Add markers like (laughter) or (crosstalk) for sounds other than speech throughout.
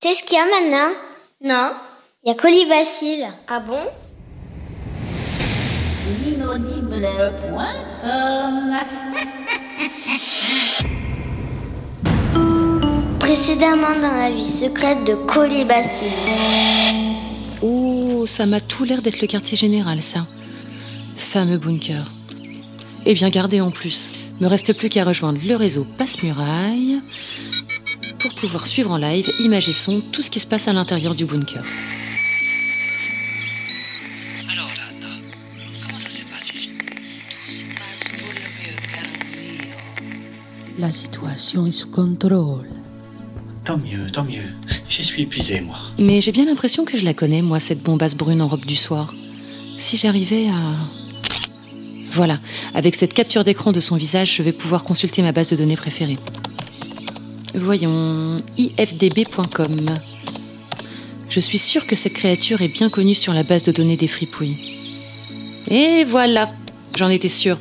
sais ce qu'il y a maintenant Non. Il y a Colibacille. Ah bon (laughs) Précédemment dans la vie secrète de Colibacille. Oh, ça m'a tout l'air d'être le quartier général, ça. Fameux bunker. Et bien gardé en plus. Ne reste plus qu'à rejoindre le réseau Passe-Muraille pour pouvoir suivre en live, images et son, tout ce qui se passe à l'intérieur du bunker. Alors, Anna, comment ça se passe ici Tout se passe pour le mieux, caro mio. La situation est sous contrôle. Tant mieux, tant mieux. Je suis épuisé, moi. Mais j'ai bien l'impression que je la connais, moi, cette bombasse brune en robe du soir. Si j'arrivais à... Voilà, avec cette capture d'écran de son visage, je vais pouvoir consulter ma base de données préférée. Voyons, ifdb.com. Je suis sûre que cette créature est bien connue sur la base de données des fripouilles. Et voilà, j'en étais sûre.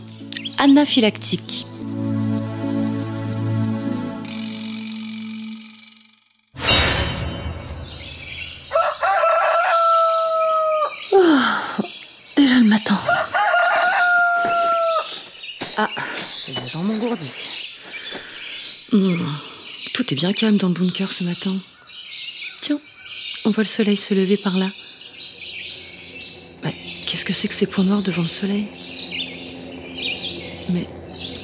Anaphylactique. Déjà le matin. Ah, j'ai la jambe engourdie. Hmm, Tout est bien calme dans le bunker ce matin. Tiens, on voit le soleil se lever par là. Ouais, Qu'est-ce que c'est que ces points noirs devant le soleil Mais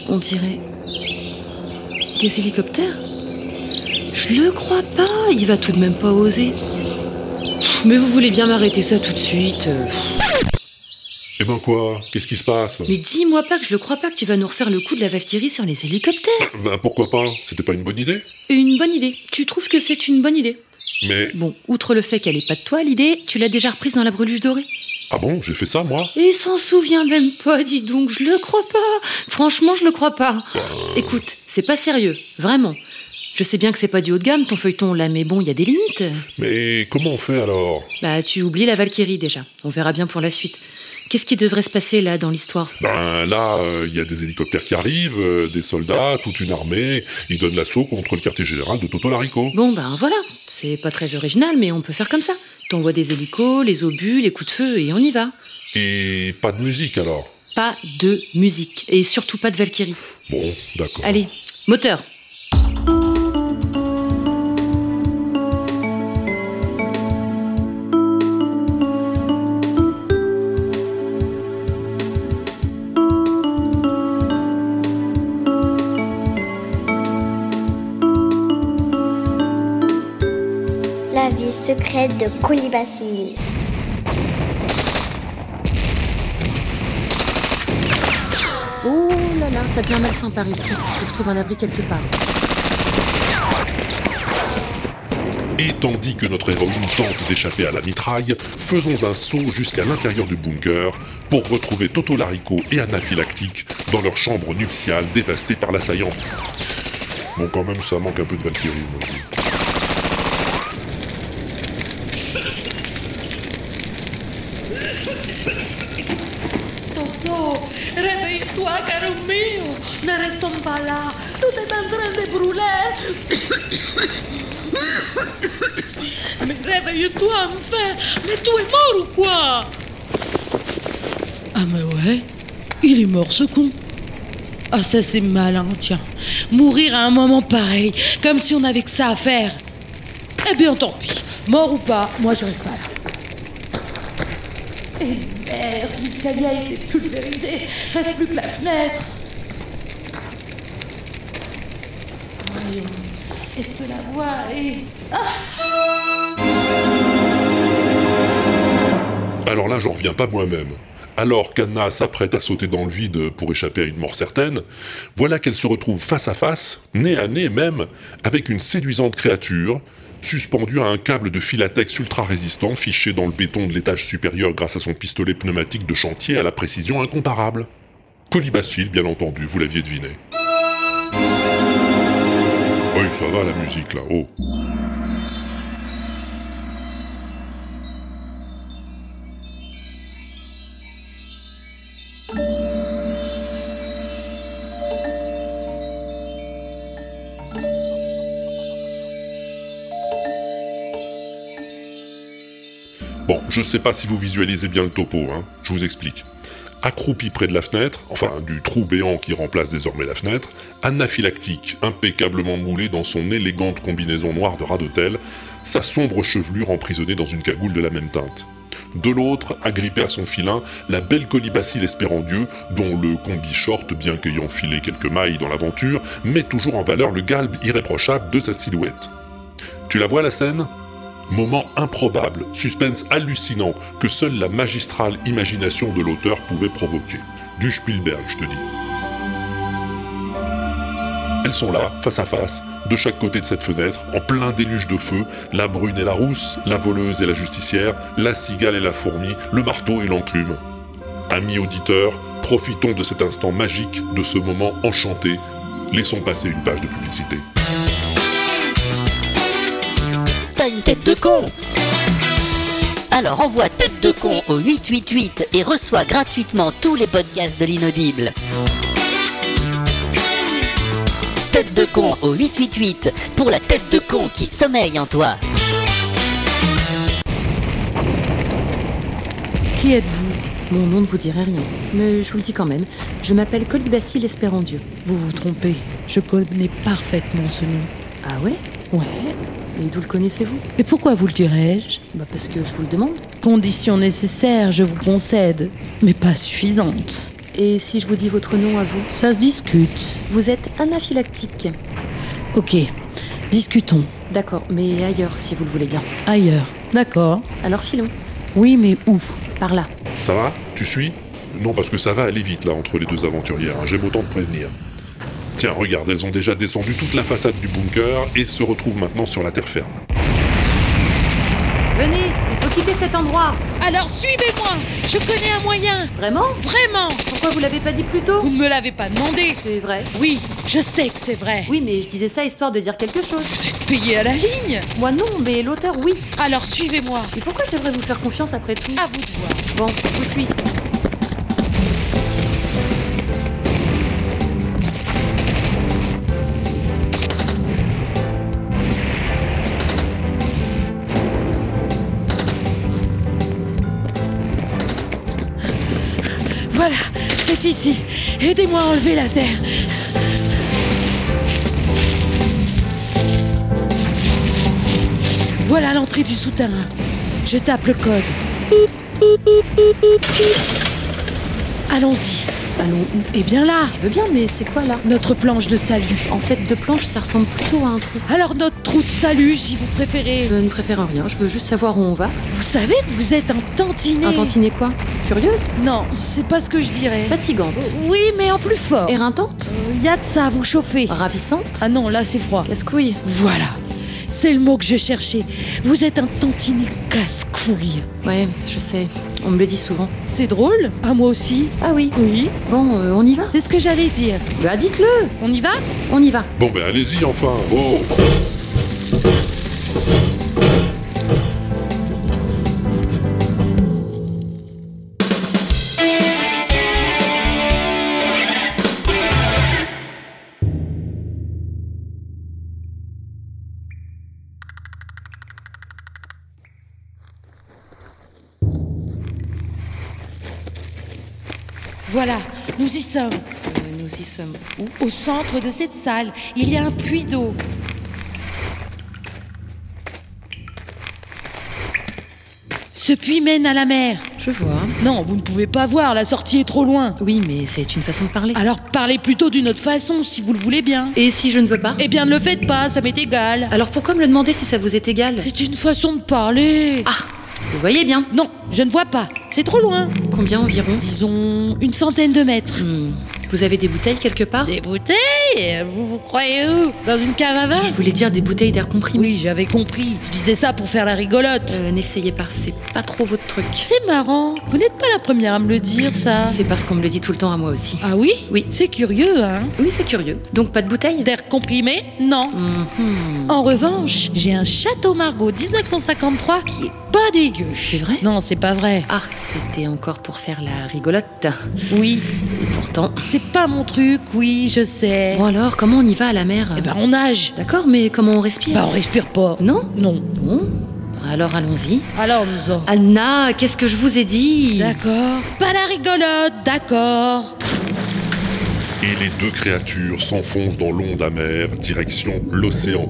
on dirait des hélicoptères Je le crois pas, il va tout de même pas oser. Pff, Mais vous voulez bien m'arrêter ça tout de suite euh, Eh ben quoi Qu'est-ce qui se passe mais dis-moi pas que je le crois pas que tu vas nous refaire le coup de la Valkyrie sur les hélicoptères. Ben pourquoi pas C'était pas une bonne idée Une bonne idée. Tu trouves que c'est une bonne idée Mais... Bon, outre le fait qu'elle est pas de toi, l'idée, tu l'as déjà reprise dans la breluche dorée. Ah bon, j'ai fait ça, moi Et il s'en souvient même pas, dis donc, je le crois pas. Franchement, je le crois pas. Écoute, c'est pas sérieux, vraiment. Je sais bien que c'est pas du haut de gamme ton feuilleton là, mais bon, il y a des limites. Mais comment on fait alors Bah, tu oublies la Valkyrie déjà. On verra bien pour la suite. Qu'est-ce qui devrait se passer là dans l'histoire Ben là, il y a des hélicoptères qui arrivent, euh, des soldats, toute une armée. Ils donnent l'assaut contre le quartier général de Toto Larico. Bon, ben voilà, c'est pas très original, mais on peut faire comme ça. T'envoies des hélicos, les obus, les coups de feu, et on y va. Et pas de musique alors Pas de musique, et surtout pas de Valkyrie. Bon, d'accord. Allez, moteur La vie secrète de Colibacille. Oh là là, ça devient malsain par ici. Faut que je trouve un abri quelque part. Et tandis que notre héroïne tente d'échapper à la mitraille, faisons un saut jusqu'à l'intérieur du bunker pour retrouver Toto Larico et Anaphylactique dans leur chambre nuptiale dévastée par l'assaillant. Bon, quand même, ça manque un peu de Valkyrie, moi, je dis. Toto, réveille-toi, caro mio. Ne restons pas là. Tout est en train de brûler. Mais réveille-toi enfin. Mais tu es mort ou quoi Ah mais ouais, il est mort ce con. Ah ça c'est malin, tiens. Mourir à un moment pareil, comme si on avait que ça à faire. Eh bien tant pis, mort ou pas, moi je reste pas là. Eh merde, l'escalier a été pulvérisé. Reste plus que la fenêtre. Voyons. Est-ce que la voix est... Alors là, j'en reviens pas moi-même. Alors qu'Anna s'apprête à sauter dans le vide pour échapper à une mort certaine, voilà qu'elle se retrouve face à face, nez à nez même, avec une séduisante créature, suspendue à un câble de filatex ultra résistant fiché dans le béton de l'étage supérieur grâce à son pistolet pneumatique de chantier à la précision incomparable. Colibacille, bien entendu, vous l'aviez deviné. Oui, ça va la musique là, oh. Bon, je sais pas si vous visualisez bien le topo, hein, je vous explique. Accroupie près de la fenêtre, enfin du trou béant qui remplace désormais la fenêtre, anaphylactique, impeccablement moulée dans son élégante combinaison noire de rat d'hôtel, sa sombre chevelure emprisonnée dans une cagoule de la même teinte. De l'autre, agrippée à son filin, la belle colibacille espérant Dieu, dont le combi short, bien qu'ayant filé quelques mailles dans l'aventure, met toujours en valeur le galbe irréprochable de sa silhouette. Tu la vois la scène Moment improbable, suspense hallucinant que seule la magistrale imagination de l'auteur pouvait provoquer. Du Spielberg, je te dis. Elles sont là, face à face, de chaque côté de cette fenêtre, en plein déluge de feu, la brune et la rousse, la voleuse et la justicière, la cigale et la fourmi, le marteau et l'enclume. Amis auditeurs, profitons de cet instant magique, de ce moment enchanté. Laissons passer une page de publicité. T'as une tête de con Alors envoie tête de con au 888 et reçois gratuitement tous les podcasts de l'inaudible. Tête de con au 888 pour la tête de con qui sommeille en toi. Qui êtes-vous Mon nom ne vous dirait rien, mais je vous le dis quand même. Je m'appelle Colibacille Espérant Dieu. Vous vous trompez. Je connais parfaitement ce nom. Ah ouais Ouais. Et d'où le connaissez-vous Et pourquoi vous le dirais-je Bah parce que je vous le demande. Condition nécessaire, je vous le concède, mais pas suffisante. Et si je vous dis votre nom à vous Ça se discute. Vous êtes anaphylactique. Ok, discutons. D'accord, mais ailleurs si vous le voulez bien. Ailleurs. D'accord. Alors filons, Oui, mais où par là. Ça va Tu suis Non, parce que ça va aller vite là entre les deux aventurières, hein, j'aime autant te prévenir. Tiens, regarde, elles ont déjà descendu toute la façade du bunker et se retrouvent maintenant sur la terre ferme. Venez, il faut quitter cet endroit. Alors suivez-moi, je connais un moyen, Vraiment vraiment. Pourquoi vous l'avez pas dit plus tôt Vous ne me l'avez pas demandé. C'est vrai. Oui, je sais que c'est vrai. Oui, mais je disais ça histoire de dire quelque chose. Vous êtes payé à la ligne. Moi non, mais l'auteur oui. Alors suivez-moi. Et pourquoi je devrais vous faire confiance après tout À vous de Bon, voir. je vous suis. Voilà, c'est ici. Aidez-moi à enlever la terre. Voilà l'entrée du souterrain. Je tape le code. Allons-y. Allons où Eh bien là, Je veux bien, mais c'est quoi là notre planche de salut. En fait, de planche, ça ressemble plutôt à un trou. Alors notre trou de salut, si vous préférez. Je ne préfère rien, je veux juste savoir où on va. Vous savez que vous êtes un tantinet. Un tantinet quoi Curieuse Non, c'est pas ce que je dirais. Fatigante Oui, mais en plus fort. Éreintante Il y a de ça, vous chauffez. Ravissante Ah non, là c'est froid. Casse-couille Voilà, c'est le mot que je cherchais. Vous êtes un tantinet casse-couille. Ouais, je sais, on me le dit souvent. C'est drôle À moi aussi Ah oui, Oui, bon, euh, on y va c'est ce que j'allais dire. Bah dites-le On y va On y va Bon ben allez-y enfin Oh Voilà, nous y sommes. Euh, Nous y sommes où Oh, Au centre de cette salle, il y a un puits d'eau. Ce puits mène à la mer. Je vois. Non, vous ne pouvez pas voir, la sortie est trop loin. Oui, mais c'est une façon de parler. Alors parlez plutôt d'une autre façon, si vous le voulez bien. Et si je ne veux pas Eh bien, ne le faites pas, ça m'est égal. Alors pourquoi me le demander si ça vous est égal C'est une façon de parler. Ah Vous voyez bien Non, je ne vois pas, c'est trop loin. Combien environ Disons une centaine de mètres. Hmm, Vous avez des bouteilles quelque part Des bouteilles Vous vous croyez où Dans une cave à vin Ah, Je voulais dire des bouteilles d'air comprimé. Oui, j'avais compris. Je disais ça pour faire la rigolote. Euh, N'essayez pas, c'est pas trop votre truc. C'est marrant. Vous n'êtes pas la première à me le dire, ça. C'est parce qu'on me le dit tout le temps à moi aussi. Ah oui Oui. C'est curieux, hein Oui, c'est curieux. Donc pas de bouteilles D'air comprimé Non. Mhm. En revanche, j'ai un château Margot 1953 qui est pas dégueu. C'est vrai Non, c'est pas vrai. Ah, c'était encore pour faire la rigolote. Oui, Et pourtant. c'est pas mon truc, oui, je sais. Bon alors, comment on y va à la mer Eh ben, on nage. D'accord, mais comment on respire Bah, on respire pas. Non Non. Bon, Alors allons-y. Alonso. Anna, qu'est-ce que je vous ai dit D'accord. Ah, Pas la rigolote, d'accord. Et les deux créatures s'enfoncent dans l'onde amère, direction l'océan.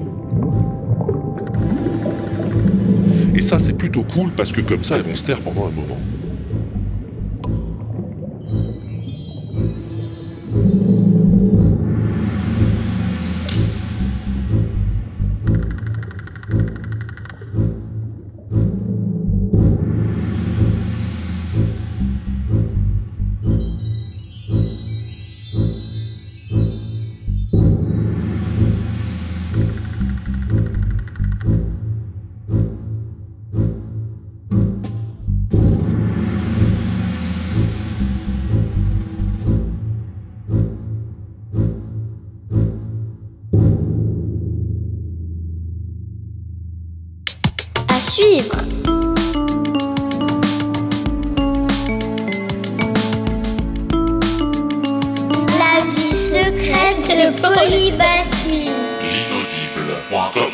Et ça, c'est plutôt cool parce que comme ça, elles vont se taire pendant un moment. À suivre La vie secrète de Polybassie l'inaudible.com